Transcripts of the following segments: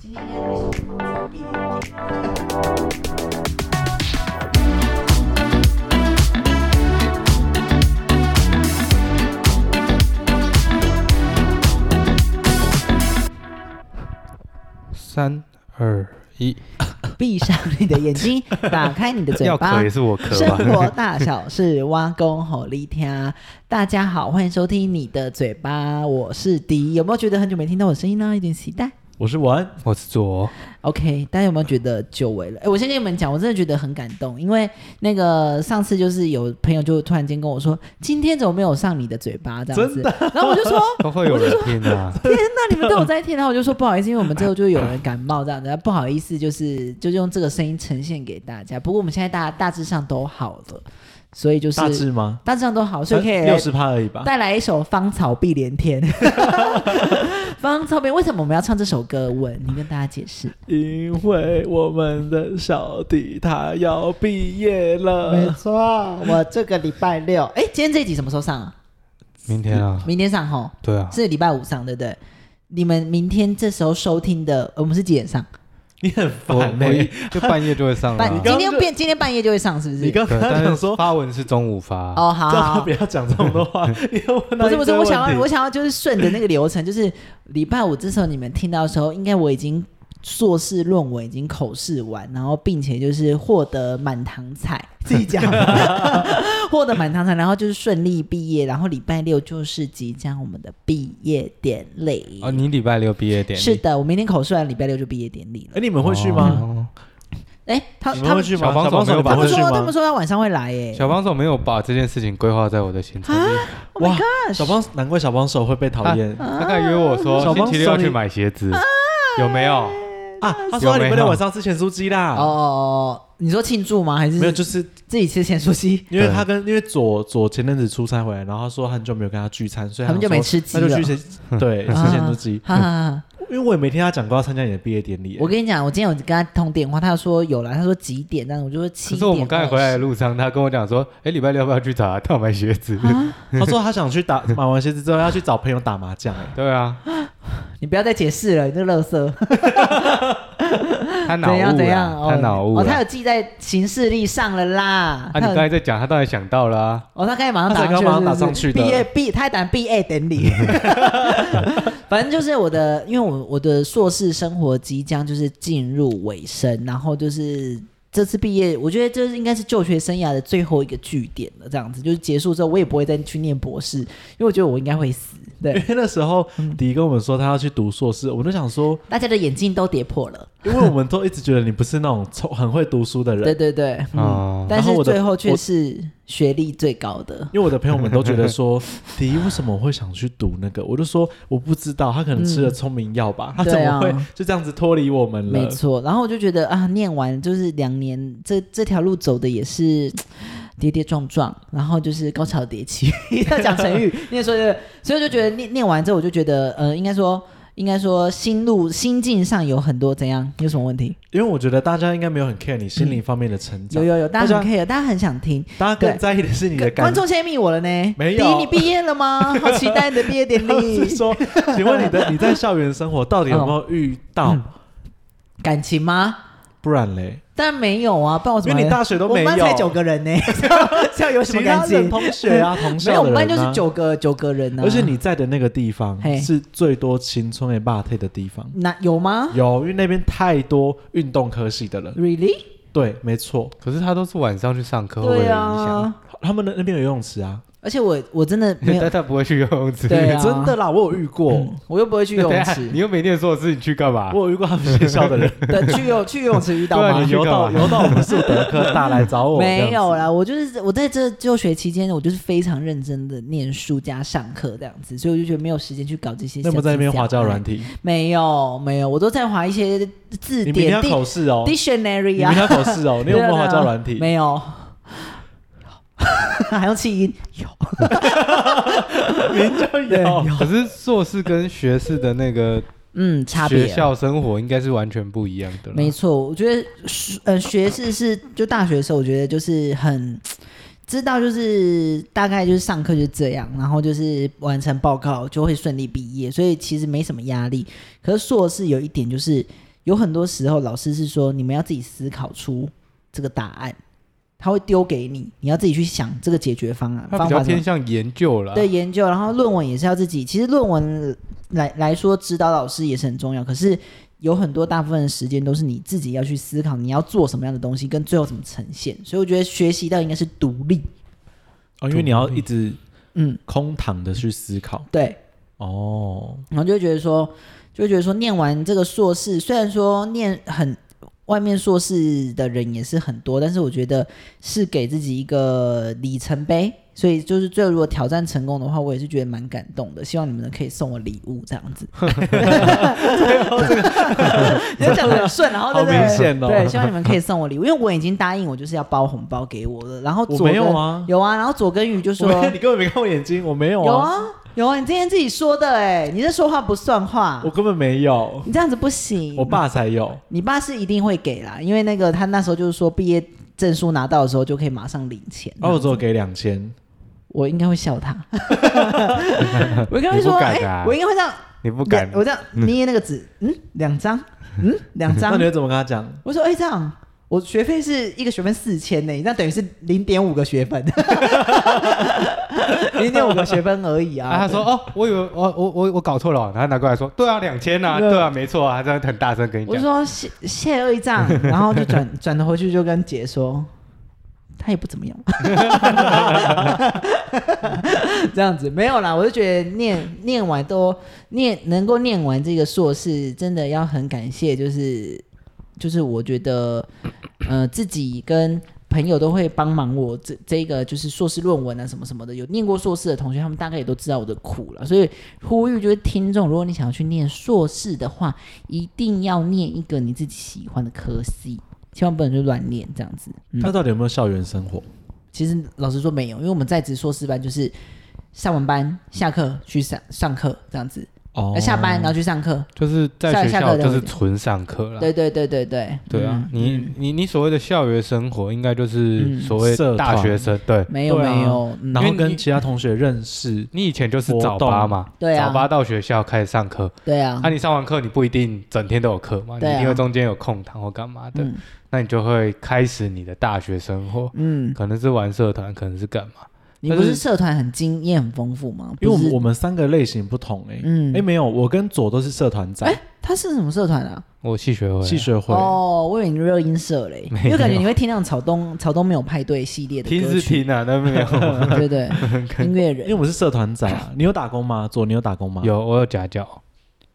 今天应该没什么房子闭眼睛。三二一，闭上你的眼 睛，打开你的嘴要巴咳也。是我咳生活吧？大小事，挖工吼力听。啊大家好，欢迎收听你的嘴巴，我是迪。有没有觉得很久没听到我声音呢？有点期待。我是文，我是左， OK，大家有没有觉得久违了？哎，我先跟你们讲，我真的觉得很感动，因为那个上次就是有朋友就突然间跟我说，今天怎么没有上你的嘴巴这样子，然后我就说。 都会有人听啊。天哪！你们都有在听，啊然后我就说不好意思，因为我们最后就有人感冒这样子，不好意思，就是就是用这个声音呈现给大家。不过我们现在大大致上都好了，所以就是大致吗？哎大致上都好，所以可以六十趴而已吧。带来一首《芳草碧连天》。 芳草碧，为什么我们要唱这首歌？文，你跟大家解释。因为我们的小弟他要毕 业没了，错，我这个礼拜六，哎，今天这一集什么时候上啊？明 天啊，明天上吼，对啊，是礼拜五上，对不对？你们明天这时候收听的，呃我们是几点上？你很我烦欸呢、我一就半夜就会上 了半呃啊。今刚天就变今天半夜就会上，是不是？你刚对，刚但讲是说，发文是中午发啊，哦，好叫他好好不。要讲这种 的话，你又问他不是不是，一堆我想要我问题想要就是顺着那个流程， 就是礼拜五这时候你们听到的时候，应该我已经硕士论文已经口试完，然后并且就是获得满堂彩，自己 讲，获得满堂彩，然后就是顺利毕业，然后礼拜六就是即将我们的毕业典礼。哦哦你礼拜六毕业典礼是的，我明天口试完，礼拜六就毕业典礼哎、了。你们会去吗？哦哎、他你他们会们去吗？小帮手没有你把他们们会去说他吗们？说他晚上会来、哎，小帮手没有把这件事情规划在我的行程里， Oh my 哇 gosh 小帮难怪小帮手会被讨厌啊他刚约我说小星帮期六要手去你买鞋子，有没啊有？啊他说有他没有礼拜六晚上吃咸酥鸡啦。哦哦哦，你说庆祝吗？还是没有，就是自己吃咸酥 鸡？因为他跟因为左左前阵子出差回来，然后他说他很久没有跟他聚餐，所以他们就想说没吃鸡那就了啊去吃 对吃咸酥鸡。哈哈哈。因为我也没听他讲过要参加你的毕业典礼欸。我 跟你讲，我今天有跟他通电话，他说有了，他说几点？但是我就说七点。可是我们刚才回来的路上，他跟我讲说，哎，礼拜六要不要去找他他要买鞋子？啊他说他想去打 买完鞋子之后要去找朋友打麻将、欸，对啊，你不要再解释了，你这个乐色。他脑怎样雾怎样？啦，哦他脑雾哦，他啦。有记在行事历上了啦。啊，你他有刚才在讲，他当然想到了啊。哦，他刚才马上他打才上去了，刚马上是不打是上去的毕业毕，他还打毕业典 礼。反正就是我的，因为我我的硕士生活即将就是进入尾声，然后就是这次毕业，我觉得这是应该是就学生涯的最后一个据点了。这样子就是结束之后，我也不会再去念博士，因为我觉得我应该会死。对嗯因，为那时候迪跟我们说他要去读硕士，我们就想说，大家的眼镜都跌破了。因为我们都一直觉得你不是那种聪很会读书的人对，对对，嗯哦但是然后我的最后却是学历最高的。因为我的朋友们都觉得说迪为什么会想去读那个，我就说我不知道，他可能吃了聪明药吧，他怎对啊么会就这样子脱离我们没了？错，然后我就觉得啊，念完就是两年，这这条路走的也是跌跌撞撞，然后就是高潮迭 起，要讲成语，念说的，所以我就觉得念念完之后，我就觉得呃，应该说应该说心路心境上有很多怎样，有什么问题？因为我觉得大家应该没有很 care 你心灵方面的成有长，有有，大家大很 care，大家很想听。大家对更在意的是你的感观。众现在密我了呢，没有第一，你毕业了吗？好期待你的毕业典 是礼，说，请问你的你在校园生活到底有没有遇 到？嗯感情吗？不然嘞，但没有啊，不然我怎么因为你大学都我们班没有才九个人呢， 这样有什么其感他情的？同 学啊，同校没有，我的们班就人啊是九个九个人啊呢、而且你在的那个地方嘿是最多青春的霸体的地方，那有吗有，因为那边太多运动科系的人。 ？Really？对，没错，可是他都是晚上去上课，会不会有影 响？，他们的那边有游泳池啊，啊而且我我真的没有但， 他不会去游泳 池。对啊嗯真的啦，我有遇过，我又不会去游等泳一下 你池，又没念硕士，你去干嘛？我有遇过他们学校 的人对，去游去游泳池遇到对 啊吗你？去游干嘛到游到我们树德科大来 找我，没有了。啦，我就是我在这就学期间，我就是非常认真的念书加上课这样子，所以我就觉得没有时间去搞这些小技巧。那么在那边滑教软体，没有没有，我都在划一些字你明天典要地考试哦，你 dictionary 明天啊。 要考试哦，你有没有滑教软体？没有， 还用气音？有。明天就有。可是硕士跟学士的那个嗯，差学别。校生活应该是完全不一样的啦。没错，我觉得学呃学士是就大学的时候，我觉得就是很知道就是大概就是上课就这样，然后就是完成报告就会顺利毕业，所以其实没什么压力。可是硕士有一点就是有很多时候老师是说你们要自己思考出这个答案，他会丢给你，你要自己去想这个解决方案它方比较法怎么偏向研究啦。对，研究，然后论文也是要自己。其实论文来来说，指导老师也是很重要，可是有很多大部分的时间都是你自己要去思考你要做什么样的东西，跟最后怎么呈现。所以我觉得学习到应该是独立，哦，因为你要一直嗯，空躺的去思考对，哦，然后就会觉得说，就会觉得说，念完这个硕士，虽然说念很外面硕士的人也是很多，但是我觉得是给自己一个里程碑。所以就是最后如果挑战成功的话，我也是觉得蛮感动的。希望你们可以送我礼物这 样子。你就讲的很顺，然后对不对？好明显哦对，希望你们可以送我礼物，因为我已经答应我就是要包红包给我了。然后我左没有跟啊有啊。然后左跟宇就我说没有 你根本没看我眼睛，我没有有啊，啊，有啊，你今天自己说的哎、你这说话不算话我，根本没有，你这样子不行。我，爸才有。你爸是一定会给啦，因为那个他那时候就是说毕业证书拿到的时候就可以马上领钱。然后我只有给两千，我应该会笑他，我应该会你说，不哎、敢啊我应该会这样，你不敢我这样捏那个纸，嗯，两张，嗯，两那张你，会怎么跟他讲？我说，哎、这样。我学费是一个学分四千呢，那等于是零点五个学分，零点五个学分而已啊，他啊。说哦，我以为我我我我搞错了，然后拿过来说，对啊，两千啊，对啊，没错啊，这样很大声跟你我就讲，说谢谢恶一 丈，然后就转转头回去就跟姐说，他也不怎么样， 这样子没有啦。我就觉得念念完都念能够念完这个硕士，真的要很感谢，就是就是我觉得呃自己跟。朋友都会帮忙我这这个就是硕士论文啊什么什么的，有念过硕士的同学，他们大概也都知道我的苦了，所以呼吁就是听众，如果你想要去念硕士的话，一定要念一个你自己喜欢的科系，千万不能就乱念这样子。嗯，他到底有没有校园生活？其实老实说没有，因为我们在职硕士班就是上完班下课去上上课这样子，哦呃下班然后去上课。就是在学下下课校的就是纯上课啦。对对啊对对对，对啊，你你你所谓的校园生活，应该就是嗯所谓社大团学生，对没有对啊没有，嗯然因后为跟你其他同学认识，你以前就是活早八动嘛，对啊早八到学校开始上课，对啊那、，你上完课，你不一定整天都有课嘛，你对啊一定会中间有空堂或干嘛的，嗯那你就会开始你的大学生活，嗯，可能是玩社团，可能是干嘛。你不是社团很经验很丰富吗？因为我不们是我们三个类型不同哎、欸，嗯哎、没有，我跟左都是社团哎仔，，他是什么社团啊？我系学会啊，戏学会，哦，我以为你热音社嘞，没有因为感觉你会听那种草东草东没有派对系列的听歌是曲，听啊，那没有对对，音乐因人为我们是社团仔 啊。你有打工吗？左，你有打工吗？，有我有家教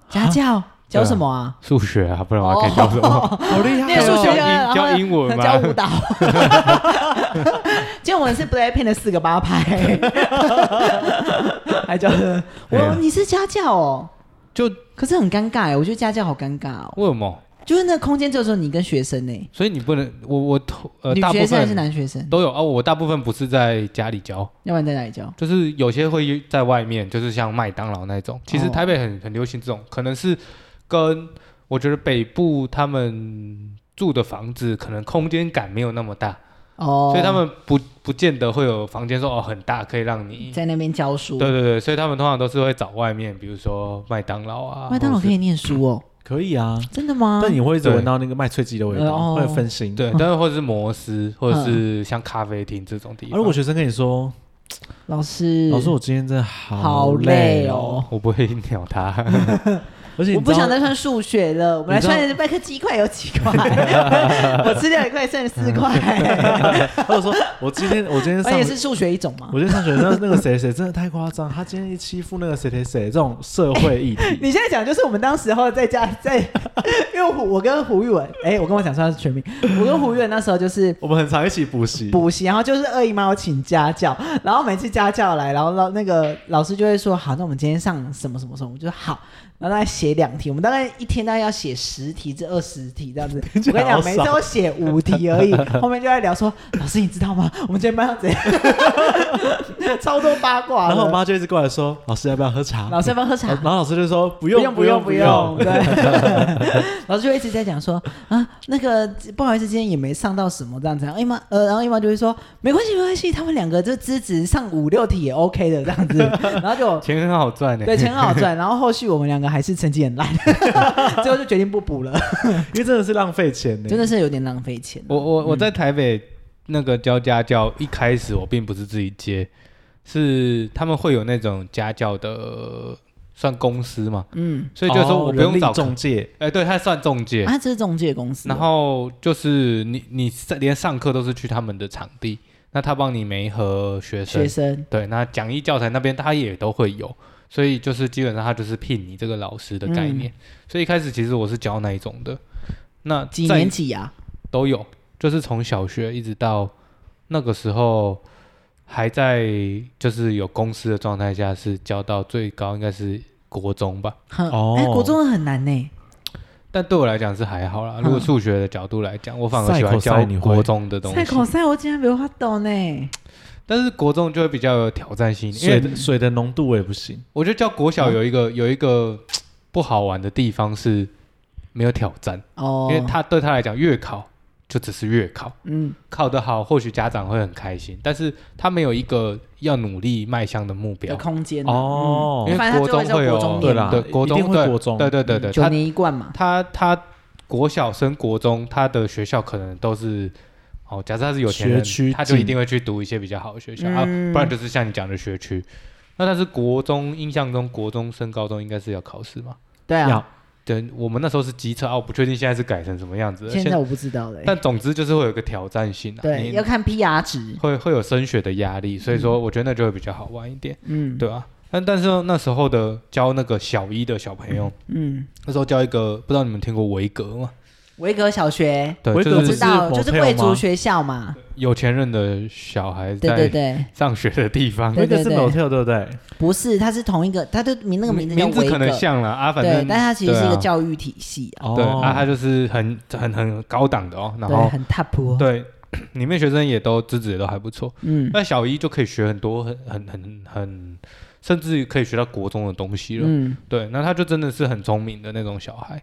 家教教什么啊？数学啊，不然我要可以教什么？好厉害 哦念数教学啊教然后英教英文教舞 吗？ 蹈。今天我们是 BLACKPINK 的四个八拍， 还教对我啊你是家教哦，就可是很尴尬哎，我觉得家教好尴尬哦，为什么？就是那个空间只有说你跟学生呢，所以你不能，我我头呃，女大部学生还是分男学生，都有啊。我大部分不是在家里教，要不然在哪里教？就是有些会在外面，就是像麦当劳那种。其实哦台北很很流行这种，可能是跟我觉得北部他们住的房子可能空间感没有那么大，哦，所以他们不不见得会有房间说哦很大可以让你。在那边教书，对对对，所以他们通常都是会找外面，比如说麦当劳啊，麦当劳或可是以念书哦，可以啊。真的吗？但你会一直对闻到那个卖脆鸡的味呃道，哦会分心。对，但是或者是摩斯，或者嗯是像咖啡厅这种地啊。方。如果学生跟你说，老师，老师，我今天真的好累累哦，嗯我不会鸟他， 而且你我不知道想再穿数学了，我们来你知道穿麦克鸡块有几 块？我吃掉一块剩四块， 或者说，我今天我今天而上且是数学一种嘛。我今天上学，那那个谁谁真的太夸张，他今天一欺负那个谁谁谁，这种社会议题， 你现在讲就是我们当时候在 家在，因为胡我跟胡玉文，哎、我跟我讲出他是全名，我跟胡玉文那时候就是我们很常一起补习。补习，然后就是二姨妈有请家教，然后每次家教来，然后老那个老师就会说好，那我们今天上什么什么什么，我就说好，然后大概写两题，我们大概一天大概要写十题至二十题这样 子。我起来跟你好讲，每次少都写五题而已，后面就在聊说老师你知道吗？我们今天班上怎样， 超多八卦的。然后我妈就一直过来说：“老师要不要喝茶？”老师要不要喝茶然后？老师就说：“不不用，不用，不用，。对，老师就一直在讲说啊，那个不好意思，今天也没上到什么这样子。然后姨妈呃，然后姨妈就会说没关系没关系，他们两个就资质上五六题也 OK 的这样子，然后就钱很好赚呢。欸对钱很好赚。然后后续我们两个个还是成绩很烂，最后就决定不补了， 因为真的是浪费钱呢。真的是有点浪费钱。我我我嗯在台北那个教家教，一开始我并不是自己接，是他们会有那种家教的算公司嘛，嗯，所以就是说哦我不用人力找中介，哎、对，他算中介。啊，这是中介公司哦，然后就是你你上连上课都是去他们的场地，那他帮你媒合学生，学生对，那讲义教材那边他也都会有，所以就是基本上他就是聘你这个老师的概嗯念。所以一开始其实我是教那一种的，那几在年级啊？都有，就是从小学一直到那个时候还在就是有公司的状态下，是教到最高应该是国中吧。哼哦哎，国中很难呢。但对我来讲是还好啦，如果嗯数学的角度来讲，我反而赛喜欢口赛教你会国中的东赛口西，赛我竟然没有法懂呢，但是国中就会比较有挑战性，因水为的水的浓度我也不行。我觉得教国嗯小有一个、有一个不好玩的地方是没有挑战，哦，因为他对他来讲月考就只是月考，嗯考得好或许家长会很开心，但是他没有一个要努力迈向的目有标。空间啊哦因为反正国他中最后还会是要有国中对念啦嘛对国一中定会对国中对对对对，嗯九他年一贯嘛，他他国小升国中，他的学校可能都是哦，假设他是有钱人学区，他就一近定会去读一些比较好的学校、嗯啊，不然就是像你讲的学区。那但是国中印象中，国中升高中应该是要考试嘛？对啊要，对，我们那时候是机测啊，我不确定现在是改成什么样子了。现在我不知道嘞。但总之就是会有一个挑战性啊，对，你要看 PR 值，会会有升学的压力，所以说我觉得那就会比较好玩一点，嗯，对啊？但但是那时候的教那个小一的小朋友，嗯，那时候教一个不知道你们听过维格吗？维格小学对，维格就我不知是是道，就是 motel 贵族吗学校嘛，有钱人的小孩对对在对，上学的地方，对那对对个是 motel 对不对？不是，它是同一个，它的名那个名字叫名字维可能格，像了啊，反对，正但它其实是一对个啊教育体系啊，对哦啊，他就是很很很高档的哦，然对，后很 top，哦对 里面学生也都资质也都还不错，嗯那小一就可以学很多很很很很，甚至可以学到国中的东西了。嗯，对，那他就真的是很聪明的那种小孩，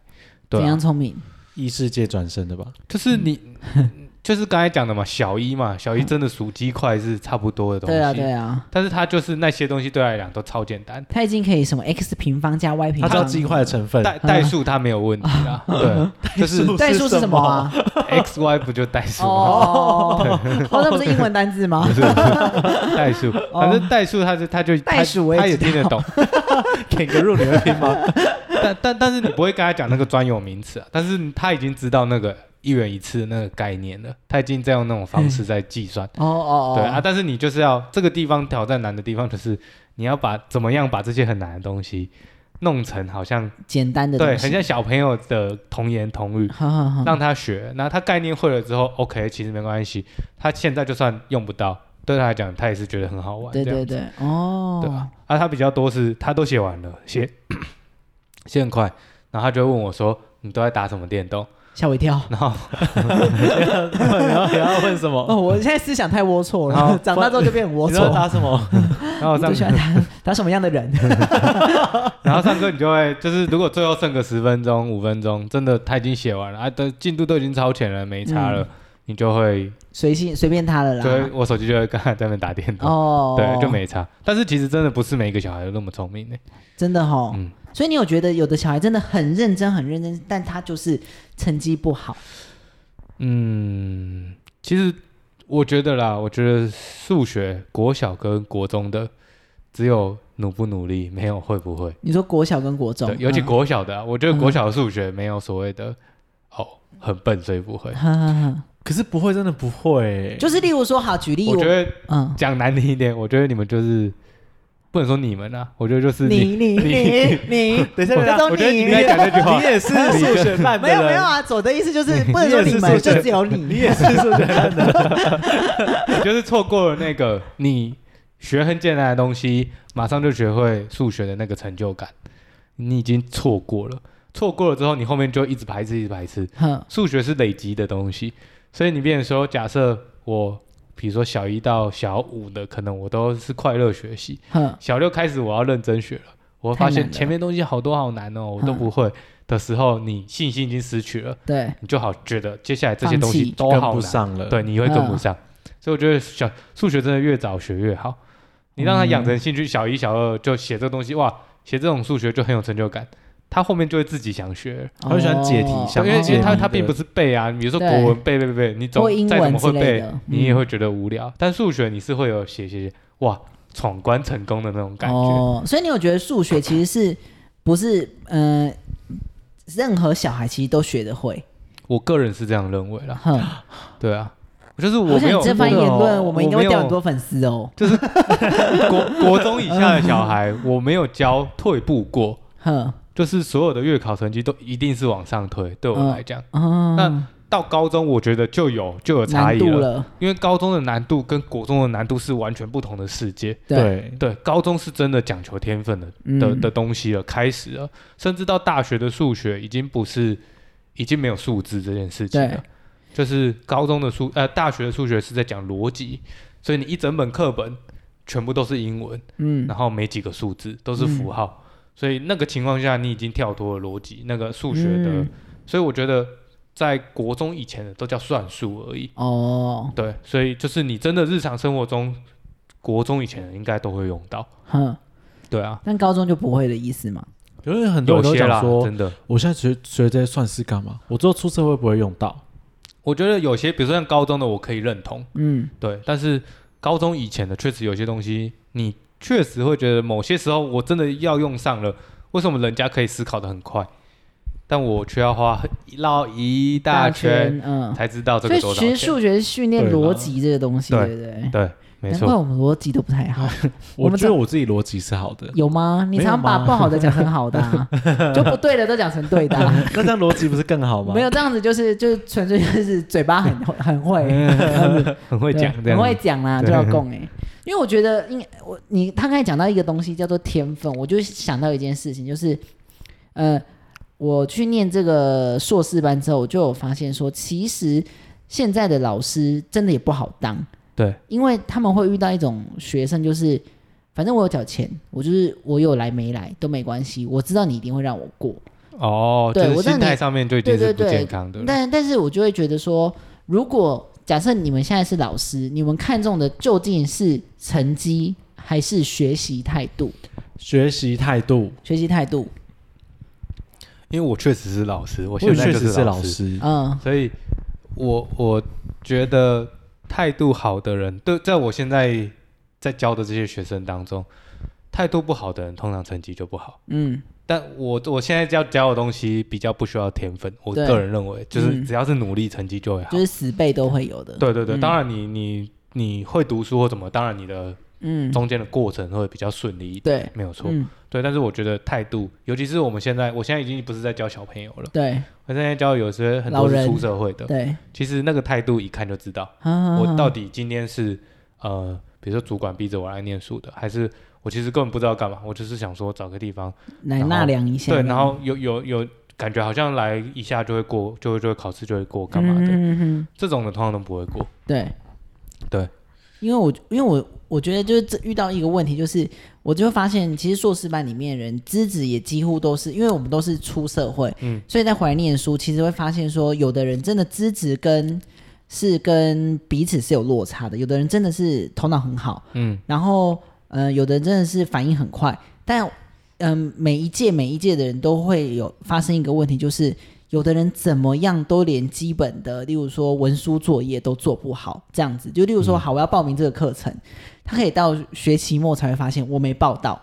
对怎啊、样聪明？异世界转身的吧？就是你，嗯 就是刚才讲的嘛，小一嘛，小一真的数鸡块是差不多的东西，对啊对啊，但是他就是那些东西对他来讲都超简单，它已经可以什么 x 平方加 y 平它方，知道鸡块的成嗯分，代代数他没有问题 啦，对，就是代数是什么 啊？ x y 不就代数吗？哦， 哦，那不是英文单字吗？代数，哦反正代数他就他就他代数我也他也知听得懂， 点个入你会听吗？但但但是你不会跟他讲那个专有名词啊，但是他已经知道那个一元一次的那个概念了，他已经在用那种 方式在计算。哦哦哦，对啊，，但是你就是要这个地方挑战难的地方，就是你要把怎么样把这些很难的东西弄成好像简单的对，东西嗯很像小朋友的童言童语，好好好，让他学。那他概念会了之后，OK，其实没关系，他现在就算用不到，对他来讲，他也是觉得很好玩。对这样对子对，哦，对啊，啊，他比较多是他都写完了，写写很快，然后他就会问我说：“你都在打什么电动吓我一跳。？”然后 你要你要问什哦，么？我现在思想太龌龊然了，后 长大之后就变很龌你知道龊。打什么？然 后我上最喜欢打打什么样的人？ 然后上课你就会，就是如果最后剩个十分钟、五分钟，真的他已经写完了啊，都进度都已经超前了，没差了，嗯你就会，随性随便他了就会啦。我手机就会跟他在那边打电动，哦，对，就没差。但是其实真的不是每一个小孩都那么聪明的、真的哈、嗯所以你有觉得有的小孩真的很认真很认真，但他就是成绩不好，嗯，其实我觉得啦，我觉得数学国小跟国中的只有努不努力，没有会 不会，你说国小跟国中对，，尤其嗯国小的啊、我觉得嗯国小的数学没有所谓的、哦很笨所以不会，哈哈哈 可是不会，真的不会。嗯 就是例如说，好举例我觉得。嗯，讲难听一点，我觉得你们就是不能说你们啊，我觉得就是你你你你，等一下，我等一下这种我觉得你你应该讲这句话你，也是数学烂的 没人，有没有啊，走的意思就是 不能你说也你是们，数学就只有你你。也是数学烂的人。你 就是错过了那个你学很简单的东西，马上就学会数学的那个成就感，你已经错过了。错过了之后，你后面就一直排斥，一直排斥。 哼，数学是累积的东西，所以你变成说，假设我，比如说小一到小五的，可能我都是快乐学习，哼，小六开始我要认真学了，我会太发难现了前面东西好多好难哦，我都不会的时候，你信心已经失去了，对，你就好觉得接下来这些东放西弃都跟好不难，上了，对，，你会跟不上。嗯所以我觉得小数学真的越早学越好，你让他养成兴趣，小一、小二就写这个东西，哇，写这种数学就很有成就感。他后面就会自己想学，他会喜欢解题哦想因为因为解他谜他的并不是背啊，比如说对国文背背背背，你总或英再怎么文会之类背的，，你也嗯会觉得无聊。但数学你是会有写写写，哇，闯关成功的那种感觉。哦，所以你有觉得数学其实是不是呃，任何小孩其实都学得会？我个人是这样认为啦，哼，对啊，就是我我没想有你这番我没言有论，我们应该没会有掉很多粉丝哦。国国中以下的小孩，我没有教退步过，哼，就是所有的月考成绩都一定是往上推，对我来讲。哦，那到高中，我觉得就有就有差难异度了，了，因为高中的难度跟国中的难度是完全不同的世界。对，对对，高中是真的讲求天分的嗯的的东西了，开始了，甚至到大学的数学已经不是，已经没有数字这件事情对了，就是高中的数呃大学的数学是在讲逻辑，所以你一整本课本全部都是英文，嗯然后没几个数字，都是符号，所以那个情况下你已经跳脱了逻辑，那个数学的，嗯所以我觉得在国中以前的都叫算术而已，哦，对，所以就是你真的日常生活中，国中以前应该都会用到，哼，对啊。但高中就不会的意思嘛？因为很多有人都些讲啦，说，真的，我现在学学这些算式干嘛？我之后出社会不会用到。我觉得有些，比如说像高中的，我可以认同，嗯，对，但是高中以前的确实有些东西，你确实会觉得某些时候我真的要用上了，为什么人家可以思考的很快，但我却要花很绕一大圈，嗯，才知道所这个以多少其实钱？数学是训练对啦逻辑这个东西，对对不对？对，没难怪错，我们逻辑都不太 好，我我们觉得我自己逻辑是好的，有吗？你没有常把吗不好的讲成好的 啊，就不对的都讲成对的啊。 那这样逻辑不是更好吗？没有这样子，就是就是纯粹就是嘴巴很很会，很 会讲这对样很会子。讲啦，就对要供哎。因为我觉得，应我你他刚才讲到一个东西叫做天分，我就想到一件事情，就是呃，我去念这个硕士班之后，我就有发现说，其实现在的老师真的也不好当，对，因为他们会遇到一种学生，就是反正我有缴钱，我就是我有来没来都没关系，我知道你一定会让我过，哦，就对是我知道心你态上面就已经对是对不对健康的了。但但是我就会觉得说，如果假设你们现在是老师，你们看重的究竟是成绩还是学习态度？学习态度，学习态度，因为我确实是老师，我我现在确就实是老老师，师，嗯所以我我觉得态度好的人，对，在我现在在教的这些学生当中，态度不好的人通常成绩就不好。嗯，但我我现在教教的东西比较不需要天分，我对个人认为，就嗯是只要是努力，成绩就会好。就是死背都会有的。对对对，嗯当然你你你会读书或怎么，当然你的嗯，中间的过程会比较顺利一点，对，没有错。嗯，对，但是我觉得态度，尤其是我们现在，我现在已经不是在教小朋友了，对我现在教有些很老多人是出社会的，对，其实那个态度一看就知道。啊我 到底今天是呃，比如说主管逼着我来念书的，还是我其实根本不知道干嘛，我就是想说找个地方，来然后纳凉一下，对，然后有有有感觉好像来一下就会过，就会就会考试就会过，干嘛嗯的？嗯嗯嗯这种的通常都不会过。对，对，因为我因为我我觉得就是这遇到一个问题，就是我就会发现，其实硕士班里面的人资质也几乎都是，因为我们都是出社会，嗯所以在回来念书，其实会发现说，有的人真的资质跟是跟彼此是有落差的，有的人真的是头脑很好，嗯，然后呃，有的人真的是反应很快，但嗯、每一届每一届的人都会有发生一个问题，就是有的人怎么样都连基本的，例如说文书作业都做不好，这样子。就例如嗯说，好，我要报名这个课程，他可以到学期末才会发现我没报 到。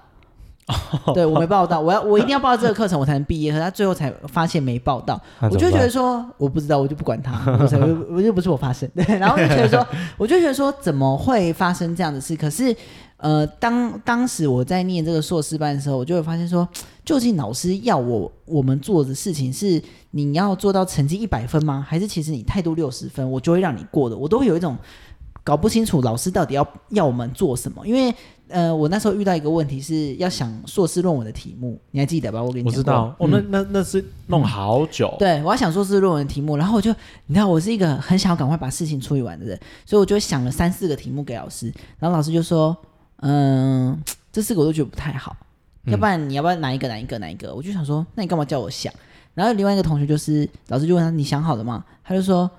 对，我没报到，我要我一定要报到这个课程，我才能毕业。可是他最后才发现没报到，那我怎就么觉得办说，我不知道，我就不管他，我就我就不是我发生。 对，然后就觉得 说，我就觉得说，怎么会发生这样的事？可是，呃，当当时我在念这个硕士班的时候，我就会发现说，究竟老师要我我们做的事情是你要做到成绩一百分吗？还是其实你态度六十分，我就会让你过的？我都会有一种搞不清楚老师到底要要我们做什么，因为。呃，我那时候遇到一个问题是要想硕士论文的题目，你还记得吧？我给你我讲知过道。哦，那那那是弄好久，对，我要想硕士论文的题目，然后我就，你知道，我是一个很想要赶快把事情处理完的人，所以我就想了三四个题目给老师，然后老师就说，嗯，这四个我都觉得不太好，要不然你要不要哪一个哪一个哪一个？我就想说，那你干嘛叫我想？然后另外一个同学就是老师就问他你想好了吗？他就说，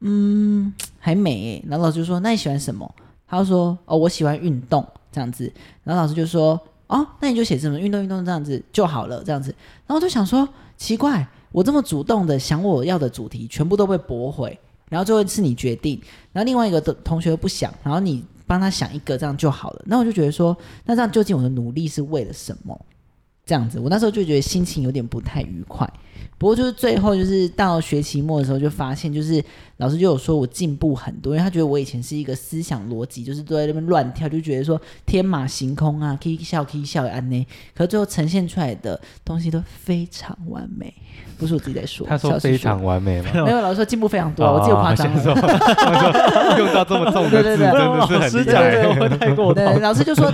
嗯，还没欸、然后老师就说那你喜欢什么？他就说哦，我喜欢运动这样子。然后老师就说哦，那你就写什么运动运动这样子就好了，这样子。然后我就想说，奇怪，我这么主动的想我要的主题，全部都被驳回，然后最后是你决定，然后另外一个同同学不想，然后你帮他想一个，这样就好了。那我就觉得说，那这样究竟我的努力是为了什么？这样子，我那时候就觉得心情有点不太愉快。不过就是最后就是到学期末的时候，就发现就是老师就有说我进步很多，因为他觉得我以前是一个思想逻辑就是都在那边乱跳，就觉得说天马行空啊，可以笑可以笑安呢。可是最后呈现出来的东西都非常完美，不是我自己在说，他说是老师非常完美 嘛，没有老师说进步非常多，我自己有夸张哦。想说 我说用到这么重的对对字，对真不然的是老很师厉讲害。这个会太过头。对，老师就说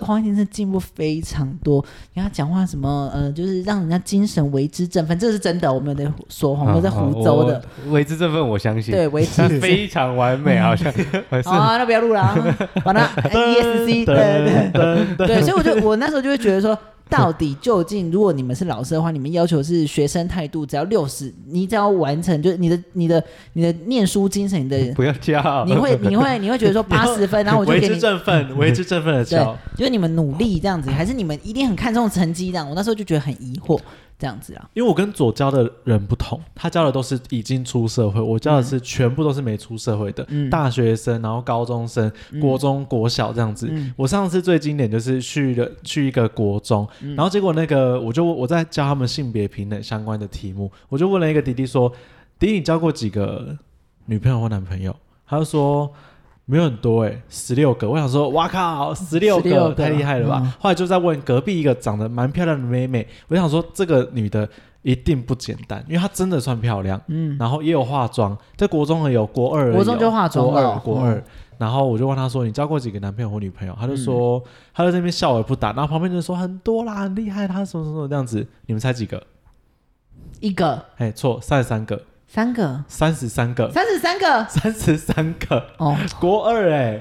黄先生进步非常多，你看他讲话什么呃，就是让人家精神为之振奋，这是真的，我没有在说谎，我没有在胡诌的。嗯，嗯我为之振奋，我相信。对，为之他 非常完美，好像 还是好啊，那不要录了啊，把 那 ESC 对对对对，所以我就我那时候就会觉得说，到底究竟如果你们是老师的话，你们要求是学生态度只要六十，你只要完成，就是你的你的你的念书精神，你的不要叫，你会你会你会觉得 说八十分，然后我就为给之你振奋，为之振奋的对笑。，就是你们努力这样子，还是你们一定很看重成绩这样？我那时候就觉得很疑惑这样子啊。因为我跟左教的人不同，他教的都是已经出社会，我教的是全部都是没出社会的、嗯大学生，然后高中生、国中、国小这样子。嗯我上次最经典就是去了去一个国中，然后结果那个我就我在教他们性别平等相关的题目，我就问了一个弟弟说：“弟弟，你交过几个女朋友或男朋友？”他就说。没有很多哎、十六个。我想说，哇靠，十六16个个太厉害了吧！嗯后来就在问隔壁一个长得蛮漂亮的妹妹，我想说这个女的一定不简单，因为她真的算漂亮，嗯，然后也有化妆，在国中也有，国二也有国中就化妆国了哦二国二。然后我就问她说：“你交过几个男朋友或女朋友？”她就说：“嗯她就在那边笑而不答。”然后旁边就说：“很多啦，很厉害，她什么什么这样子。”你们猜几个？一个、哎，错，三十三个，三个、三十三个，三十三个，三十三个，哦，国二哎、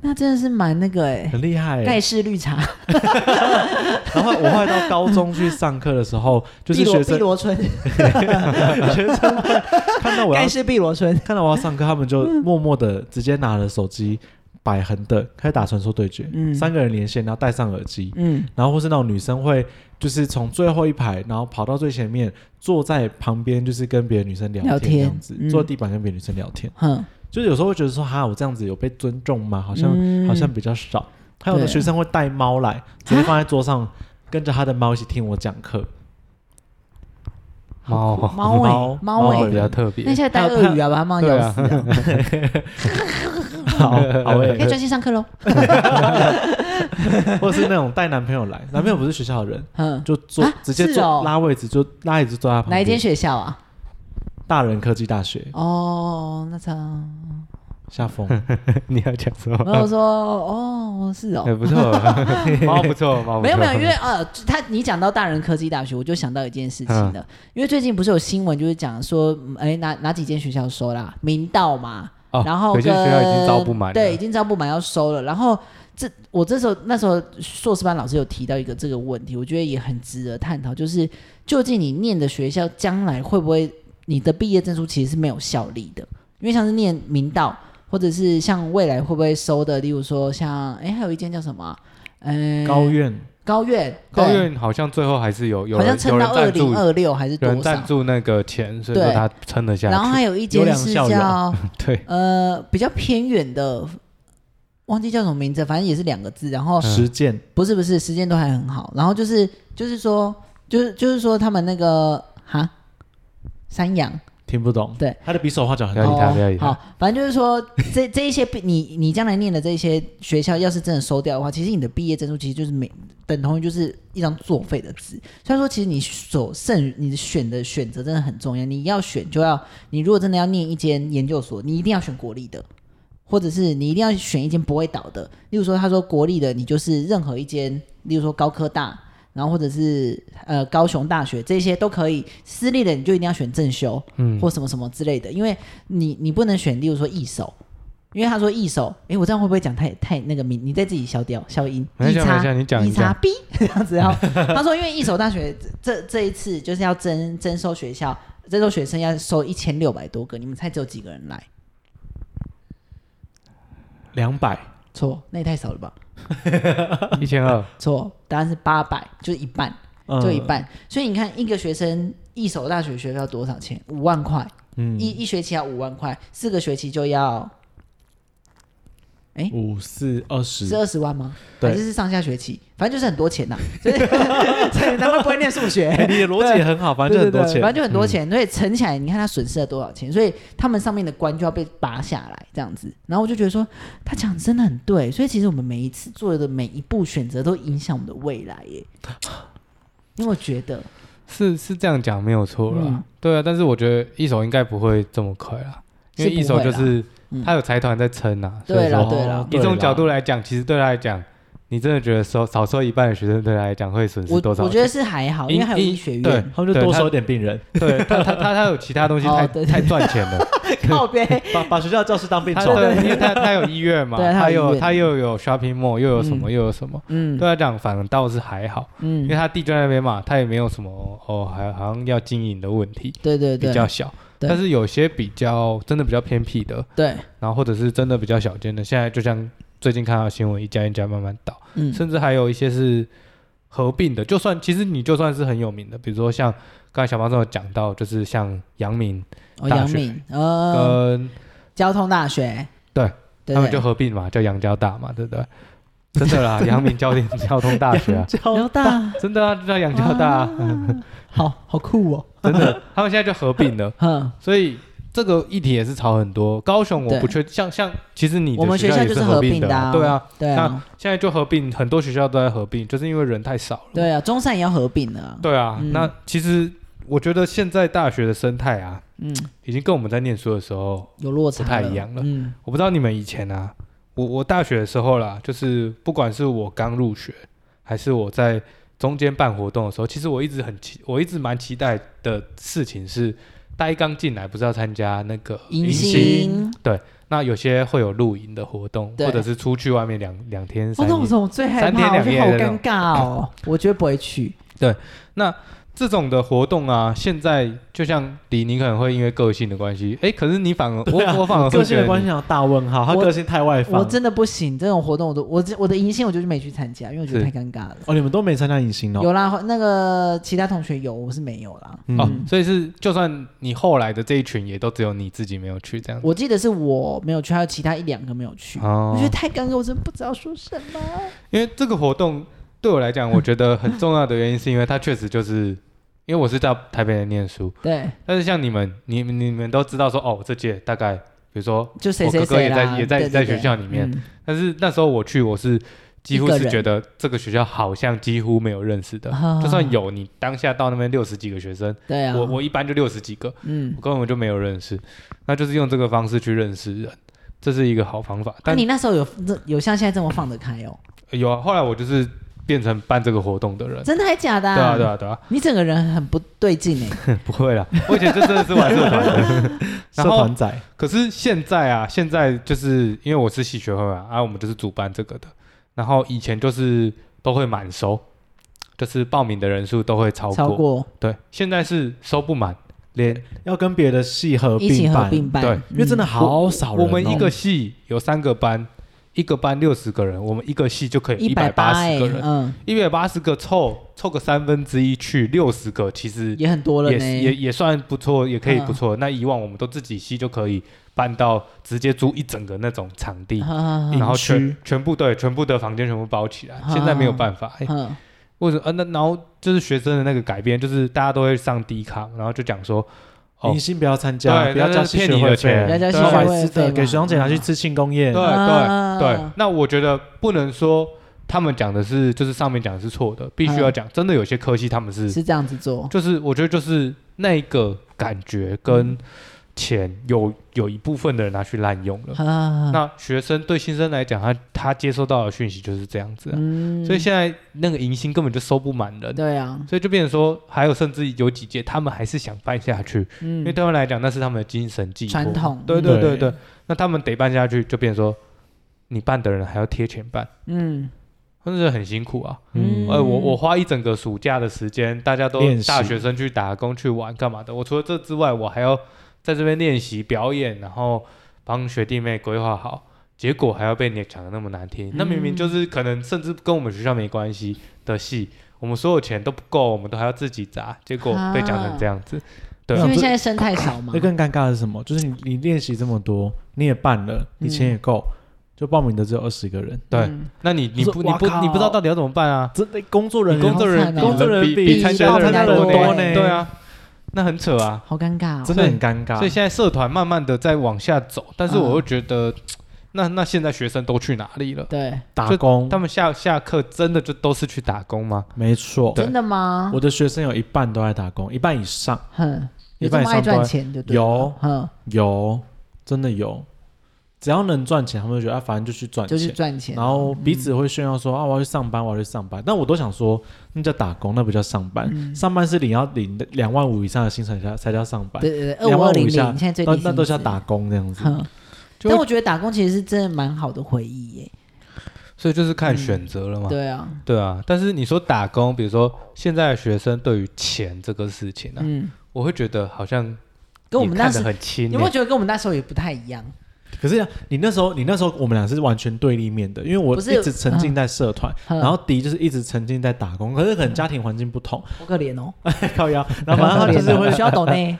那真的是蛮那个哎、很厉害、欸。盖世绿茶，然后我后来到高中去上课的时候，就是碧学螺 生碧螺春，看到我要盖世碧螺春，看到我要上课，他们嗯就默默的直接拿了手机摆横的，开始打传说对决，嗯三个人连线，然后戴上耳机，嗯，然后或是那种女生会就是从最后一排，然后跑到最前面，坐在旁边就是跟别的女生聊聊这天样子，嗯坐地板跟别的女生聊天，哼，就是有时候会觉得说哈，我这样子有被尊重吗？好像、嗯好像比较少。还有的对啊学生会带猫来，直接放在桌上，跟着他的猫一起听我讲 课。猫猫猫尾猫猫尾会比尾，较特别那。现在带鳄鱼啊，把它猫咬死啊。 好，好 诶、可以专心上课喽。或者是那种带男朋友来，男朋友不是 学校的人，嗯，就坐、啊直接是坐、哦拉位置，就拉椅子坐在他旁边。哪一间学校啊？大人科技大学哦， 那场下风，你要讲什没有么我？说哦，是哦，哎不错， 猫不错，猫不错没有没有，因为呃，他你讲到大人科技大学，我就想到一件事情了，因为最近不是有新闻，就是讲说，嗯哎、哪哪几间学校收啦，明道嘛， 哦然后有些跟学校已经招不满了，对，已经招不满要收了。然后这我这时候那时候硕士班老师有提到一个这个问题，我觉得也很值得探讨，就是究竟你念的学校将来会不会你的毕业证书其实是没有效力的，因为像是念明道，或者是像未来会不会收的，例如说像哎、还有一间叫什么啊、呃，高院高院，高对院好像最后还是有有好像人有撑人到二赞助零，二六还是有多人少赞？助那个钱，所以说对他撑得下然后去。还有一优间良是校友叫 对，呃比较偏远的，忘记叫什么名字，反正也是两个字。然后嗯实践，不是不是，时间都还很好。然后就是就是说就是就是说他们那个哈山羊听不懂。对，他的比手画脚很不要好。理他不要理他哦好，反正就是说，这 这一些毕你你将来念的这一些学校，要是真的收掉的话，其实你的毕业证书其实就是没等同于就是一张作废的纸。虽然说，其实你所剩你的选的选择真的很重要，你要选就要，你如果真的要念一间研究所，你一定要选国立的。或者是你一定要选一间不会倒的，例如说他说国立的，你就是任何一间，例如说高科大，然后或者是呃高雄大学这些都可以，私立的你就一定要选正修，嗯或什么什么之类的，因为你你不能选，例如说一手，因为他说一手，诶，我这样会不会讲太太那个名？你再自己消掉消音，没一事没叉事你讲一你叉讲 B 这样子 哦。他说，因为一手大学这这一次就是要征征收学校，征收学生要收一千六百多个，你们猜只有几个人来？两百错，那也太少了吧？ 一千二，错，答案是八百，就是一半，嗯就一半。所以你看，一个学生一所大学学费要多少钱？五万块，嗯一一学期要五万块，四个学期就要五四二十是，二十万吗？对还是是上下学期？反正就是很多钱呐、所以 所以他们不会念数学。 哎你的逻辑也很 好，反正就很多对对对钱，嗯反正就很多钱，所以乘起来，你看他损失了多少钱，所以他们上面的官就要被拔下来，这样子。然后我就觉得说，他讲得真的很对，所以其实我们每一次做的每一步选择都影响我们的未来 耶。因为我觉得，是是这样讲没有错啦。嗯对啊，但是我觉得一手应该不会这么快啊啦，因为是不一手会就啦是嗯他有财团在撑啊。所以对啦说哦对啦以这种角度来，来讲，其实对他来讲，你真的觉得收少收一半的学生对他来讲会损我失多少我觉钱？得是还好，因为还有因医学对 院，他们就对多他收一点 病人，对他他他他有其他东西哦太对对太赚钱 了，靠边。把把学校的教室当病他 床。对，因为他他有医院嘛，对他有他医有院他又有 shopping mall，又有什么又有什么，嗯对他讲反而倒是还好，因嗯为，他地就在那边嘛，他也没有什么哦，还好像要经营的问题对对比对，较小，对但是有些比较真的比较偏僻的，对，然后或者是真的比较小间的，现在就像最近看到的新闻，一家一家慢慢倒，嗯甚至还有一些是合并的，就算其实你就算是很有名的，比如说像刚才小方总有讲到，就是像阳明哦，大杨学敏，呃，跟交通大学，对对他对们就，合并嘛，叫阳交大嘛，对不对？真的啦，阳明交 通交通大学啊，交大，真的啊，就叫阳交大啊、哦好好酷 哦，真的，他们现在就合并了，哼。所以这个议题也是吵很多。高雄我不对确，像像其实你的我们学校也就是是合合并的的啊、啊对啊，对啊，现在就合并，很多学校都在合并，就是因为人太少了。对啊，中山也要合并了啊。对啊，嗯那其实我觉得现在大学的生态啊，嗯，已经跟我们在念书的时候，有落差不太一样了嗯我不知道你们以前啊，我我大学的时候啦，就是不管是我刚入学，还是我在中间办活动的时候，其实我一直很期，我一直蛮期待的事情是，大一刚进来不是要参加那个迎新，新那有些会有露营的活动，对或者是出去外面两两天哦，三夜。那我说我最害三怕，天我两觉夜得好的那尴种尬哦，我绝对不会去。这种的活动啊，现在就像李宁可能会因为个性的关系，哎，可是你反而我、对啊我反而会个觉性得的关系你，上大问号，他我个性太外我放。真的不行，这种活动我都我这我的迎新我就是没去参加，因为我觉得是太尴尬了。哦，你们都没参加隐形哦。有啦，那个其他同学有，我是没有啦。嗯哦，所以是就算你后来的这一群也都只有你自己没有去这样子。我记得是我没有去，还有其他一两个没有去。哦我觉得太尴尬，我真的不知道说什么。因为这个活动对我来讲，我觉得很重要的原因是因为它确实就是，因为我是到台北来念书， 对，但是像你们，你们你们都知道说，哦，这届大概比如说，就谁我谁哥哥谁也在啦，也在对对在学对校里面嗯但是那时候我去，我是几乎一个是人觉得这个学校好像几乎没有认识的啊，就算有，你当下到那边六十几个学生，对啊，我我一般就六十几个，嗯我，根本就没有认识，那就是用这个方式去认识人，这是一个好方法。那但你那时候有有像现在这么放得开哦？有啊，后来我就是变成办这个活动的人，真的还假的、对啊对啊对啊。你整个人很不对劲哎、 不会啦， 我以前就真的是玩社团的。 社然后团，仔，可是现在啊，现在就是因为我是系学会嘛，啊，我们就是主办这个的。然后以前就是都会满收，就是报名的人数都会超过。超过对，现在是收不满，连要跟别的系合一起并合办，并办，对嗯因为真的好少人哦。我们一个系有三个班，一个班六十个人，我们一个系就可以一百八八十个人，嗯，一百八十个凑凑个三分之一去六十个，其实也很多了也呢，是也也算不错，也可以哎嗯不错。那以往我们都自己吸就可以办到直接租一整个那种场地，嗯然后营全区全部对全部的房间全部包起来。嗯现在没有办法，哎嗯为什么？呃，那然后就是学生的那个改变，就是大家都会上低卡，然后就讲说，哦迎新不要参加，对，不要那交是系骗学你会的费钱，不要交系对学要会买费吃的，嘛给学长姐拿去吃庆功宴。对啊对对，那我觉得不能说他们讲的是，就是上面讲的是错的，必须要讲。真的有些科系他们是是这样子做，就是我觉得就是那个感觉嗯跟钱有有一部分的人拿去滥用了。啊，那学生对新生来讲，他他接收到的讯息就是这样子啊、嗯所以现在那个迎新根本就收不满人，对啊，所以就变成说，还有甚至有几届他们还是想办下去，因为嗯，对他们来讲那是他们的精神寄托传统对对对对对，那他们得办下去，就变成说，你办的人还要贴钱办，嗯真的很辛苦啊。嗯嗯，呃，我我花一整个暑假的时间，大家都练习大学生去打工去玩干嘛的。我除了这之外，我还要在这边练习表演，然后帮学弟妹规划好，结果还要被你讲的那么难听，嗯那明明就是可能甚至跟我们学校没关系的戏，我们所有钱都不够，我们都还要自己砸，结果被讲成这样子，对因啊为这现在生态少嘛那，更尴尬的是什么？就是你你练习这么多，你也办了，你钱也够，就报名的只有二十个人，对嗯，那你你不我说你不哇靠你不知道到底要怎么办啊？这工作人你员工作人好惨哦工作人员比比参加的比参人加的人多多呢，呢对啊，那很扯啊。好尴尬哦。真的很尴尬。所以现在社团慢慢的在往下走，但是嗯我又觉得，那那现在学生都去哪里了？对，打工他，们下下课真的就都是去打工吗？没错，真的吗？我的学生有一半都在打工，一半以上哼，一有这半以么爱上都在赚钱就对了。有哼，有，真的有，只要能赚钱，他们就觉得啊，反正就去赚就是钱。赚钱。然后彼此会炫耀嗯说、啊，我要去上班，我要去上班。但我都想说，那叫打工，那不叫上班。嗯上班是领要领两万五以上的薪水才叫才叫上班，对对对，二两五万二五零以下零，现在最低那薪那都叫资打工这样子。哼，就但我觉得打工其实是真的蛮好的回忆耶。所以就是看选择了嘛。对啊，对啊，但是你说打工，比如说现在的学生对于钱这个事情呢、啊，嗯，我会觉得好像跟我们你那看时得候，很轻、你欸有没有觉得跟我们那时候也不太一样？可是你那时候，你那时候我们俩是完全对立面的，因为我不一是直沉浸在社团，嗯然后迪就是一直沉浸在打工，可是可能家庭环境不同，好可怜哦，靠腰，然后反正他就是会哦需要懂 呢，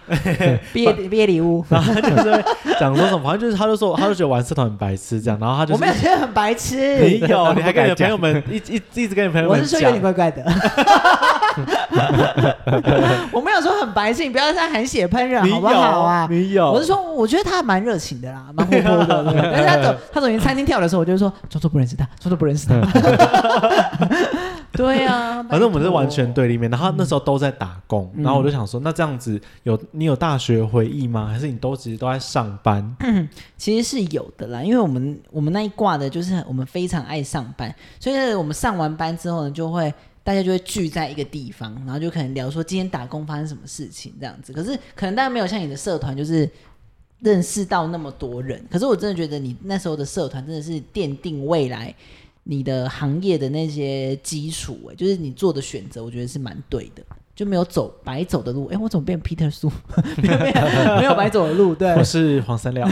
毕业毕业礼物。然后他就是会讲说什么，反正就是他就说，他就觉得玩社团很白痴这样，然后他就我没有是觉得很白没痴， 有，你还跟你的朋友们一一一直跟你朋友我们是说有点讲，怪怪 的。我没有说很白痴，你不要再喊血喷人你好不好啊有，？你有，我是说，我觉得他还蛮热情的啦，蛮活泼 的。对但是他走他走进餐厅跳的时候，我就说装作不认识他，装作不认识他。 对啊，反正我们是拜托完全对立面，然后那时候都在打工，嗯然后我就想说，那这样子有你有大学回忆吗？还是你都其实都在上班？其实是有的啦，因为我们我们那一挂的就是我们非常爱上班，所以呢我们上完班之后呢，就会大家就会聚在一个地方，然后就可能聊说今天打工发生什么事情这样子。可是可能大家没有像你的社团就是认识到那么多人，可是我真的觉得你那时候的社团真的是奠定未来你的行业的那些基础、欸，就是你做的选择，我觉得是蛮对的。就没有走白走的路，哎、我怎么变 Peter 苏？ 没有没有白走的路，对，我是黄三 料，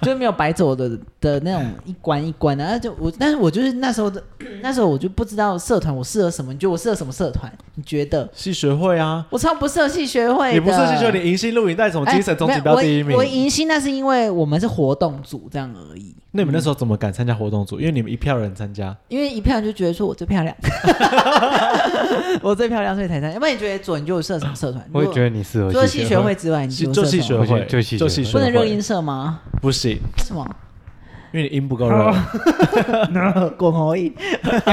就是没有白走的的那种一关一关的、啊，就我，但是我就是那时候的， 那时候我就不知道社团我适合什么，你觉得我适合什么社团？你觉得系学会啊，我超不适合系学会的，你不是系学会，你迎新录影带什么哎精神总锦标第一没名有我？我迎新那是因为我们是活动组这样而已，那你们那时候怎么敢参加活动组？因为你们一票人参加，因为一票人就觉得说我最漂亮， 我最漂亮所以才参加，要不然你觉得左你就适合什么社团？我也觉得得你适合除了系系学会之外，你系觉得就适系合什学么我觉会，得就系就学会系学不能热会音，社吗？不行，为什么？因为你音不够哦热。滚红衣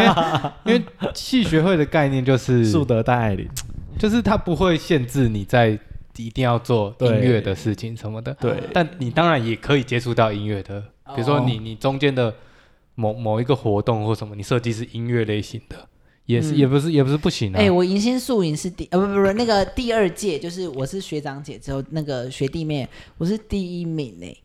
因为系学会的概念就是树德戴 爱玲，就是它不会限制你在一定要做音乐的事情什么的，对但你当然也可以接触到音乐的，比如说你你中间的某某一个活动或什么，你设计是音乐类型的，也是、嗯也不是也不是不行啊。哎、我迎新宿营是第呃不不不那个第二届，就是我是学长姐之后那个学弟妹，我是第一名哎、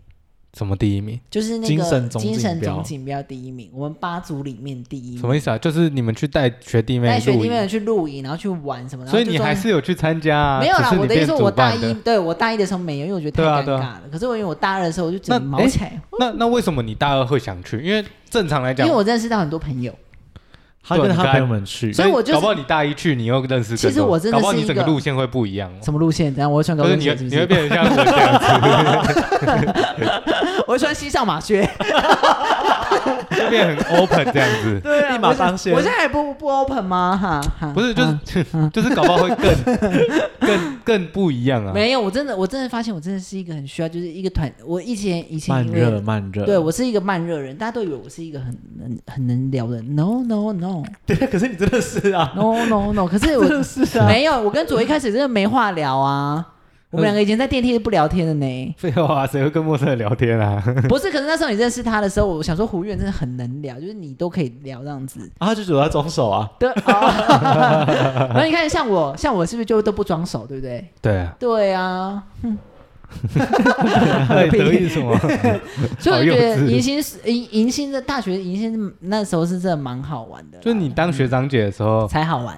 什么第一名？就是那个精神总精神锦标总锦标第一名，我们八组里面第一什么名。意思啊？就是你们去带学弟妹带学露弟营妹，去露营，然后去玩什么，然后所以就你中还是有去参加啊？没有啦只。是我你的意思变是主我大办的一，。对我大一的时候没有，因为我觉得太对啊尴对尬了。啊可是我因为我大二的时候我就整个那哎毛起来，那那为什么你大二会想去？因为正常来因讲为，我认识到很多朋友。他跟对你他刚才朋友们去，所以我就是搞不好你大一去，你又认识其更多。实我真的搞不好是你一整个个路线会不一样哦。什么路线？等一下我会穿高就是跟你鞋会是不你会是？变成像我这样子。 我会穿西上马靴。就变很 open 这样 子，对啊，立马当先我现在还不不 open 吗？哈哈，不是就哈嗯是 就是搞不好会更 更更不一样啊。，没有，我真的，我真的发现，我真的是一个很需要，就是一个团。我以前以前慢因热为慢热。对我是一个慢热人，大家都以为我是一个很能很能聊的人。No No No 对，可是你真的是啊， No No No，可是我是没有，我跟左一开始真的没话聊啊。我们两个以前在电梯不聊天的呢 废话、谁会跟陌生人聊天 啊？不是？可是那时候你认识他的时候，我想说胡远真的很能聊，就是你都可以聊这样 子。啊，他就觉得他装手啊，对，哦、 然后你看像我，像我是不是就都不装熟，对不对？对 啊，对啊，到底得意什 么？所以好我幼觉得稚迎新是迎迎新的大学迎新那时候是真的蛮好玩的啦，嗯就是你当学长姐的时候，才好玩。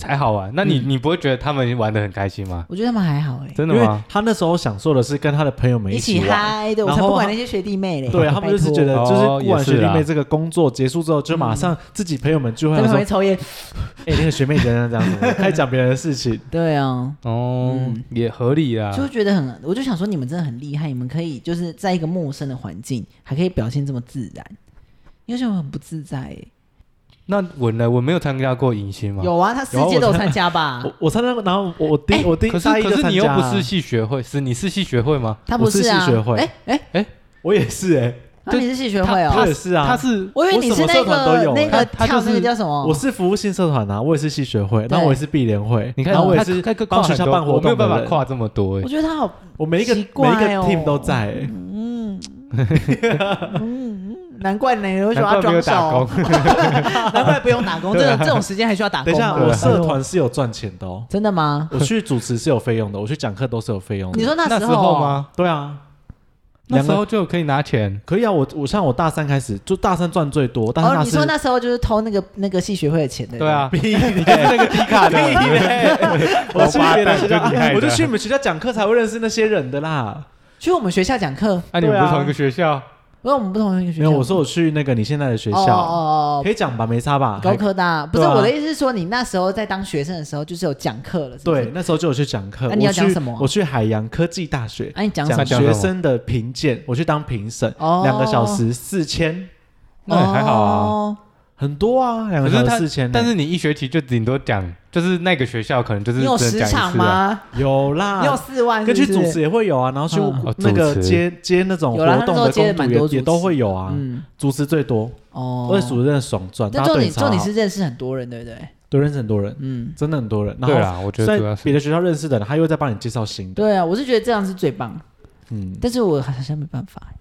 才好玩。那你、你不会觉得他们玩的很开心吗？我觉得他们还好哎、真因的为吗？他那时候享受的是跟他的朋友们一起起玩。嗨，对我然才后不管他那些学弟妹嘞。对他们就是觉得，拜就托是不哦也管是学弟啦妹这个工作结束之后，就马上自己朋友们聚会在的旁时候边，抽烟，哎，那个学妹怎样怎样怎样，开始讲别人的事情，对啊，哦，嗯也合理啊。就觉得很，我就想说你们真的很厉害，你们可以就是在一个陌生的环境还可以表现这么自然，因为这种很不自在欸。那我呢？我没有参加过迎新嘛。有啊，他有啊世界我都有参参加吧？ 我我参加过，然后我我第、哎我第可是大一就可参是加、啊，你又不是系学会，是你是系学会吗？他我不是啊戏学，会哎哎，我也是哎、啊就你是戏学会我哦也？是啊，他是我以为你我是什么那社团都个有那欸个他他跳就那个是叫什么？我是服务性社团啊，我也是系学会，然后我也是毕联会，你看然后我也他是他可以跨帮学很校多办活动，我没有办法，跨这么多哎我。觉得他好，我每一个、奇每怪一个哦 team 都在、欸，难怪呢，为什么难要怪没装有打手工？，难怪不用打工，这种这种时间还需要打等工哦一下，吗？我社团是有赚钱的哦，真的吗？我去主持是有费用的，我去讲课都是有费用你的。说那那时时候候哦？吗？对啊，那两时个候就可以拿钱。可以啊，我我像我大三开始，就大三赚最多，大三哦，大你说四。 那时候就是偷那个那个戏学会的钱的？对 啊，屁嘞！那个低卡的， 我去别的学校啊王八蛋就厉害，的我 就去你们学校讲课才会认识那些人的啦。 去我们学校讲课，那你们不对是啊同一个学校？因为我们不同一个学没校。有，我说我去那个你现在的学哦校，哦哦可以讲吧？没差吧哦，？高科大不是对啊我的意思是说，你那时候在当学生的时候就是有讲课了，是不是对，，那时候就有去讲课。那你要讲我去什么啊我去海洋科技大学那你讲什讲么？学生的评鉴，我去当评审，哦两个小时四千，那也还好啊。哦，很多啊，两可个是小时他四千，，但是你一学期就顶多讲，就是那个学校可能就是你有只十能讲一场次啊。吗？有啦，你有四万是跟不是？去主持也会有啊，然后去嗯哦那个主持接接那种有啦活动那时候接的得公蛮主多主也持也都会有啊，嗯，主持最多，哦，而且主持真的爽赚，但大家重对点重你点超好是认识很多人，对不对？对啊认识很多人，嗯，真的很多人，然对后啦，我觉得主要在别是的学校认识的人，他又在帮你介绍新的，对啊，我是觉得这样是最棒，嗯，但是我好像没办法欸。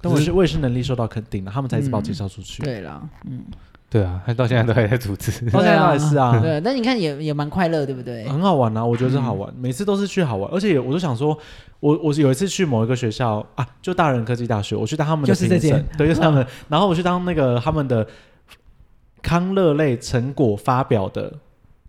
但我是我也是能力受到肯定的，他们才一直嗯把我介绍出去，对啦，嗯，对啊，他到现在都还在组 织。到 现在当然是啊，对，但你看也也蛮快乐，对不对？很好玩啊，我觉得是好嗯玩，每次都是去好玩，而且我都想说，我我有一次去某一个学校啊，就大人科技大学，我去当他们就的是这评审间，嗯对，就是他们，然后我去当那个他们的康乐类成果发表的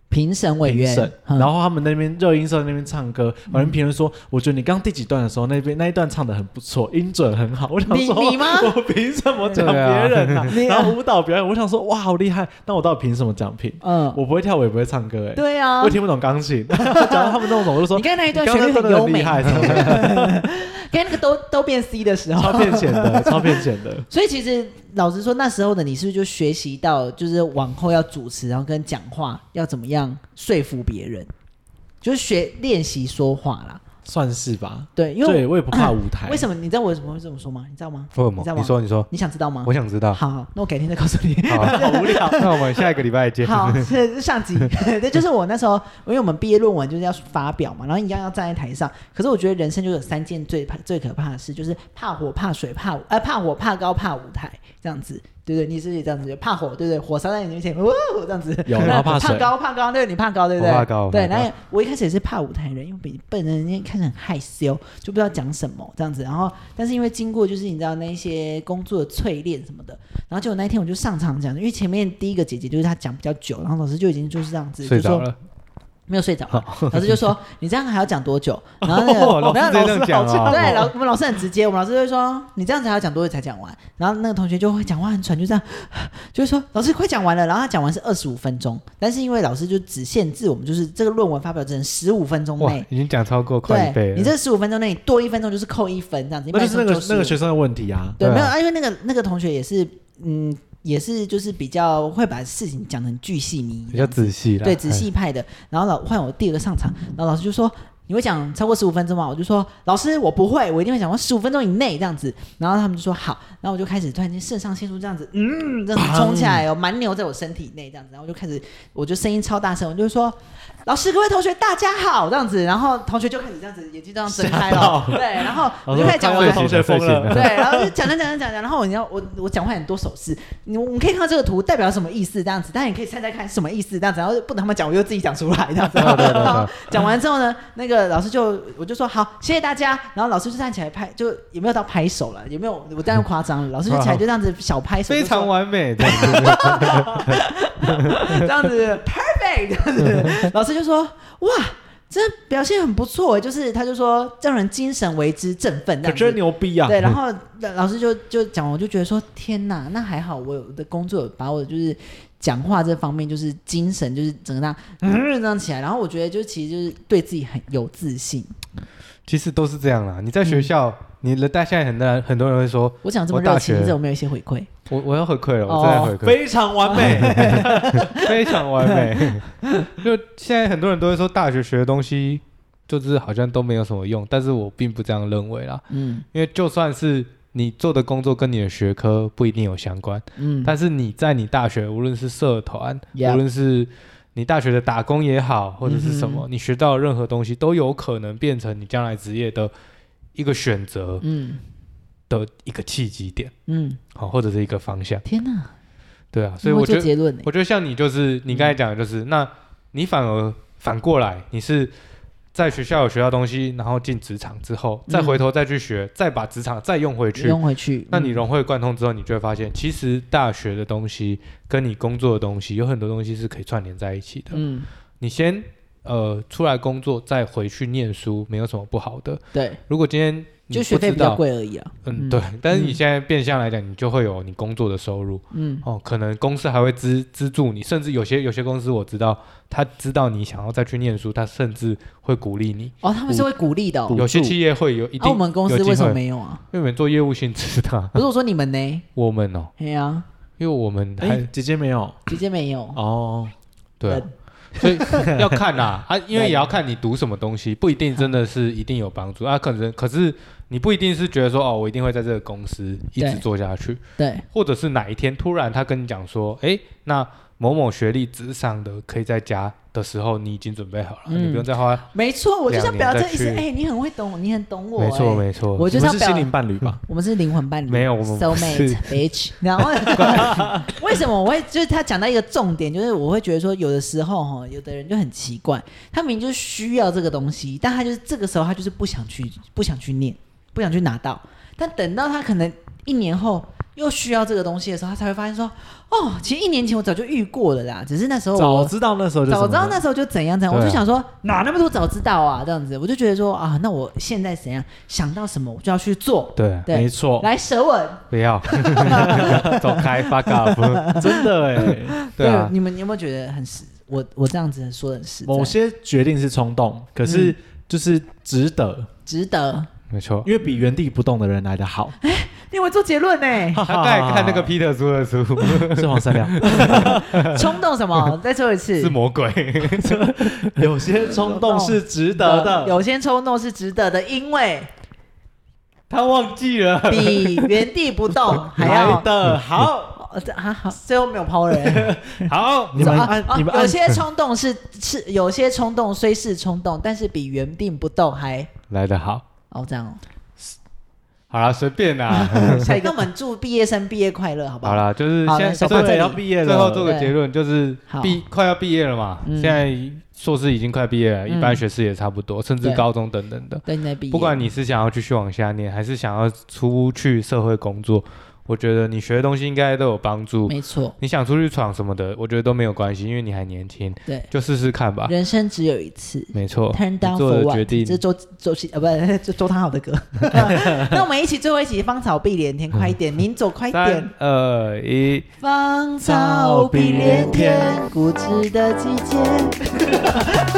评审委评员审，，嗯然后他们那边热音社那边唱歌，有人评论说，我觉得你刚第几段的时候，那边那一段唱的很不错，音准很好，我想你说，你吗 我凭什么讲别对啊人啊？ 你然后舞蹈表演，我想说，哇，好厉害，那我到底凭什么讲评？嗯，我不会跳舞，也不会唱歌、欸，哎，对啊我也，听不懂钢琴， 讲到他们那种，我就说你看那一你段刚旋刚律真很的优很厉美，害，什么 的跟那个都都变 C 的时候超。骗钱的，超骗钱的。所以其实老实说，那时候的你是不是就学习到，就是往后要主持，然后跟讲话要怎么样说服别人，就是学练习说话啦。算是吧，对，因为对我也不怕舞台。为什么你知道我为什么会这么说吗？你知道吗？为什你么知道？吗你说，你说，你想知道吗？我想啊知道。好好，那我改天再告诉你。好，好无 聊。 那我们下一个礼拜见。 好，是上 集，对，就是我那时候，因为我们毕业论文就是要发表嘛，然后一样要站在台上。可是我觉得人生就有三件最怕最可怕的事，就是怕火、怕水、怕舞呃怕火、怕高、怕舞台这样子，对不对？你是不是也这样子？怕火，对不对？火烧在你面前，哇、哦，这样子。有然后怕水 怕高，怕高，对，你怕高，对不对？我怕高我怕对，高然后我一开始也是怕舞台人，因为比笨人，人家看起来很害羞，就不知道讲什么这样子。然后，但是因为经过就是你知道那一些工作的淬炼什么的，然后结果那一天我就上场讲，因为前面第一个姐姐就是她讲比较久，然后老师就已经就是这样子，睡就着说了。没有睡着嘛，老师就说你这样还要讲多久？然后那个、 哦，老然师后直接这样讲啊。对，老我们老师很直接，我们老师就会说你这样子还要讲多久才讲完？然后那个同学就会讲话很喘，就这样，就会说老师快讲完了。然后他讲完是二十五分钟，但是因为老师就只限制我们，就是这个论文发表只能十五分钟哇，内。已经讲超过哦快一倍对了。你这十五分钟内多一分钟就是扣一分，这样子。那就是那一般个都是那个学生的问题啊。对，对啊没有啊，因为那个那个同学也是，嗯，也是就是比较会把事情讲得很巨细靡遗，比较仔细啦。对哎仔。细派的。然后老换我第二个上场，然后老师就说。你会讲超过十五分钟吗？我就说老师，我不会，我一定会讲说十五分钟以内这样子。然后他们就说好，然后我就开始突然间肾上腺素这样子，嗯，这样子冲起来哦，蛮牛在我身体内这样子。然后我就开始，我就声音超大声，我就说老师各位同学大家好这样子，然后同学就开始这样子眼睛这样睁开了，对，然后我就开始讲我完说了。同学疯 了， 对，然后就讲讲讲讲讲，然后你要我我讲话很多手势，你我们可以看到这个图代表什么意思这样子，但你可以猜猜看是什么意思这样子，然后不等他们讲，我又自己讲出来这样子。对对对然后讲完之后呢，那个老师就我就说好，谢谢大家，然后老师就站起来拍，就也没有到拍手了，也没有我当然夸张了，老师就起来就这样子小拍手，哎 非就说常完美的，这样子 perfect 这样子，老师就说哇。这表现很不错欸，就是他就说让人精神为之振奋，这可样子真。牛逼啊！对，然后老老师就就讲，我就觉得说，天哪，那还好，我有的工作有把我就是讲话这方面，就是精神，就是整个那嗯这样起来。然后我觉得，就其实就是对自己很有自信。其实都是这样啦。你在学校，嗯你的大现在很多很多人会说，我讲这么我大热情，学这有没有一些回 馈？我我要回馈了，我哦正在回馈，非常完美， 非常完美。 就现在很多人都会说，大学学的东西就是好像都没有什么用，但是我并不这样认为啦。嗯因为就算是你做的工作跟你的学科不一定有相关，嗯， 但是你在你大学，无论是社团 Yeah 无论是你大学的打工也好，或者是什嗯么，你学到的任何东西都有可能变成你将来职业的一个选择嗯的一个契机点，嗯，好、或者是一个方向。天哪，对啊，所以你会我觉做得，结论呢？欸我觉得像你就是你刚才讲的，就是、那你反而反过来，你是。在学校有学到东西，然后进职场之后，再回头再去学，再把职场再用回去，用回去。那你嗯融会贯通之后，你就会发现，其实大学的东西跟你工作的东西有很多东西是可以串联在一起的。嗯，你先呃出来工作，再回去念书，没有什么不好的。对，如果今天你就不学费知比较道，贵而已啊。嗯，嗯对。但是你嗯现在变相来讲，你就会有你工作的收入嗯哦，可能公司还会资资助你，甚至有些有些公司我知道，他知道你想要再去念书，他甚至会鼓励你。哦，他们是会鼓励的哦。有些企业会有一定有啊，机会，我们公司为什么没有啊？因为我们做业务性质的，不是我说你们呢？我们哦，哎呀，因为我们还、哎，姐姐没有姐姐没 有。哦，对啊人，所 以要看呐啊，因为也要看你读什么东西，不一定真的是一定有帮助啊。可能可是你不一定是觉得说哦，我一定会在这个公司一直对做下去，对，或者是哪一天突然他跟你讲说，哎，那某某学历之上的可以在家的时候，你已经准备好了，嗯你不用再花。没错，我就想表达这意思。两年再哎、去你很会懂我，你很懂我、没错哎没错，我我就是要们是表心达灵，伴侣吧？我们是灵魂伴侣，没有我们不 soul 是 mate bitch。然后为什么我会就是他讲到一个重点，就是我会觉得说，有的时候哈，有的人就很奇怪，他明明就是需要这个东西，但他就是这个时候他就是不想去，不想去念，不想去拿到，但等到他可能一年后。又需要这个东西的时候，他才会发现说：“哦，其实一年前我早就遇过了啦，只是那时候 我早知道那时候就早什么知道那时候就怎样怎样，我对啊就想说哪那么多早知道啊，这样子，我就觉得说啊，那我现在怎样想到什么我就要去做，对，对 没错，来舌吻，不 要走开，fuck up。真 的哎，对啊，你们你有没有觉得很实？我我这样子说的很实在，某些决定是冲动，可嗯是就是值得，值得，没错。因为比原地不动的人来的好。 你会做结论呢、他刚才看那个 Peter 叔的书是黄三 良，冲动什么？再说一次，是魔 鬼，有些冲动是值得的。有些冲动是值得的，因 为他忘记了。比原地不 动还来要。的好，哦这啊好，最后没有抛人。好， 你们啊按啊你们有按些冲动是是有些冲动虽是冲动，但是比原地不动还来的好。哦这样哦。好啦，随便啦。 下一个，那我们祝毕业生毕业快乐，好不嗯好啦，就是好现那在小最胖这后对里要毕业了，最后做个对结论，就是好毕快要毕业了嘛，嗯现在硕士已经快毕业了，一般嗯学士也差不多，甚至对高中等等的。对，你在毕业，不管你是想要继续往下念，还是想要出去社会工作，我觉得你学的东西应该都有帮助。没错，你想出去闯什么的，我觉得都没有关系，因为你还年轻，对，就试试看吧。人生只有一次。没错， Turn 你 down 做 for 的 what？决定这是周周期啊，不， 这周汤好 的歌。那我们一起最后一起芳草碧连天，快一点，您走快一点嗯三。二一，芳草碧连天，固执的季节。